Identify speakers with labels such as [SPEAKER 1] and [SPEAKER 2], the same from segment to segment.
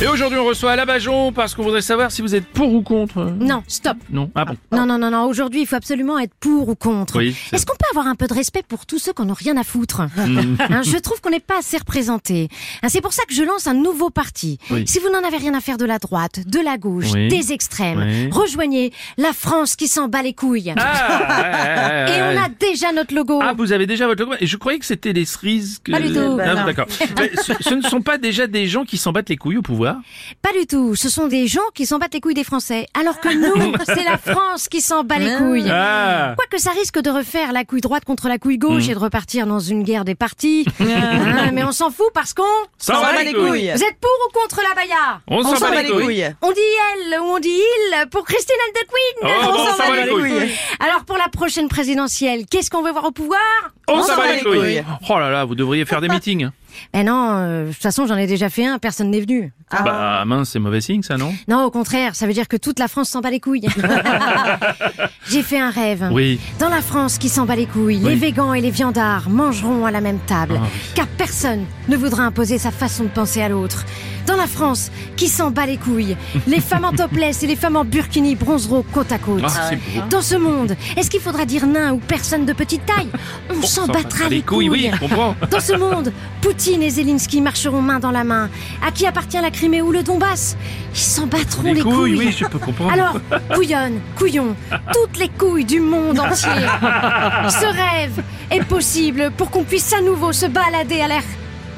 [SPEAKER 1] Et aujourd'hui, on reçoit Labajon parce qu'on voudrait savoir si vous êtes pour ou contre. euh,
[SPEAKER 2] Non, stop.
[SPEAKER 1] Non. Ah bon.
[SPEAKER 2] Non, non, non, non. Aujourd'hui, il faut absolument être pour ou contre.
[SPEAKER 1] Oui, c'est
[SPEAKER 2] Est-ce qu'on peut avoir un peu de respect pour tous ceux qui n'ont rien à foutre
[SPEAKER 1] Hmm.
[SPEAKER 2] Hein, Je trouve qu'on n'est pas assez représentés. Hein, C'est pour ça que je lance un nouveau parti.
[SPEAKER 1] Oui.
[SPEAKER 2] Si vous n'en avez rien à faire de la droite, de la gauche,
[SPEAKER 1] Oui.
[SPEAKER 2] des extrêmes,
[SPEAKER 1] Oui.
[SPEAKER 2] rejoignez la France qui s'en bat les couilles.
[SPEAKER 1] Ah, ouais, ouais,
[SPEAKER 2] Et
[SPEAKER 1] ouais,
[SPEAKER 2] on a
[SPEAKER 1] ouais.
[SPEAKER 2] déjà notre logo.
[SPEAKER 1] Ah, vous avez déjà votre logo. Et je croyais que c'était les cerises. Que...
[SPEAKER 2] Pas du tout.
[SPEAKER 1] Ah,
[SPEAKER 2] Bah, non.
[SPEAKER 1] D'accord. Mais ce, ce ne sont pas déjà des gens qui s'en battent les couilles au pouvoir.
[SPEAKER 2] Pas du tout. Ce sont des gens qui s'en battent les couilles des Français. Alors que nous, c'est la France qui s'en bat les couilles.
[SPEAKER 1] Ah. Hmm.
[SPEAKER 2] Quoique ça risque de refaire la couille droite contre la couille gauche et de repartir dans une guerre des partis.
[SPEAKER 1] Ah.
[SPEAKER 2] Hein, mais on s'en fout parce qu'on...
[SPEAKER 1] S'en bat les couilles.
[SPEAKER 2] Vous êtes pour ou contre la Baïa
[SPEAKER 1] On s'en bat les couilles.
[SPEAKER 2] On dit elle ou on dit il pour Christine and the Queen
[SPEAKER 1] Oh, bon, on s'en bat les couilles.
[SPEAKER 2] Alors pour la prochaine présidentielle, qu'est-ce qu'on veut voir au pouvoir
[SPEAKER 1] On s'en bat les couilles. Oh là là, vous devriez faire des meetings. hein.
[SPEAKER 2] Ben non, euh, de toute façon j'en ai déjà fait un, personne n'est venu.
[SPEAKER 1] Bah mince, c'est mauvais signe ça, non
[SPEAKER 2] Non, au contraire, ça veut dire que toute la France s'en bat les couilles. J'ai fait un rêve.
[SPEAKER 1] Oui. Ah
[SPEAKER 2] Dans la France qui s'en bat les couilles,
[SPEAKER 1] Oui.
[SPEAKER 2] les végans et les viandards mangeront à la même table,
[SPEAKER 1] Ah, oui.
[SPEAKER 2] car personne ne voudra imposer sa façon de penser à l'autre. Dans la France qui s'en bat les couilles, les femmes en topless et les femmes en burkini bronzeront côte à côte.
[SPEAKER 1] Ah, c'est beau.
[SPEAKER 2] Dans ce monde, est-ce qu'il faudra dire nain ou personne de petite taille On s'en
[SPEAKER 1] Oh, s'en
[SPEAKER 2] battra les couilles.
[SPEAKER 1] Oui, je comprends.
[SPEAKER 2] Dans ce monde, Poutine et Zelensky marcheront main dans la main. À qui appartient la Crimée ou le Donbass Ils s'en battront les,
[SPEAKER 1] Les couilles, oui, je peux comprendre.
[SPEAKER 2] alors, couillonne, couillon, toutes les couilles du monde entier. Ce rêve est possible pour qu'on puisse à nouveau se balader à l'air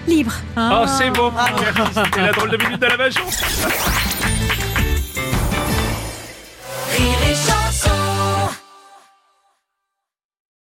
[SPEAKER 2] libre.
[SPEAKER 1] Oh, c'est beau. Merci, C'était la drôle de minute de la Bajon.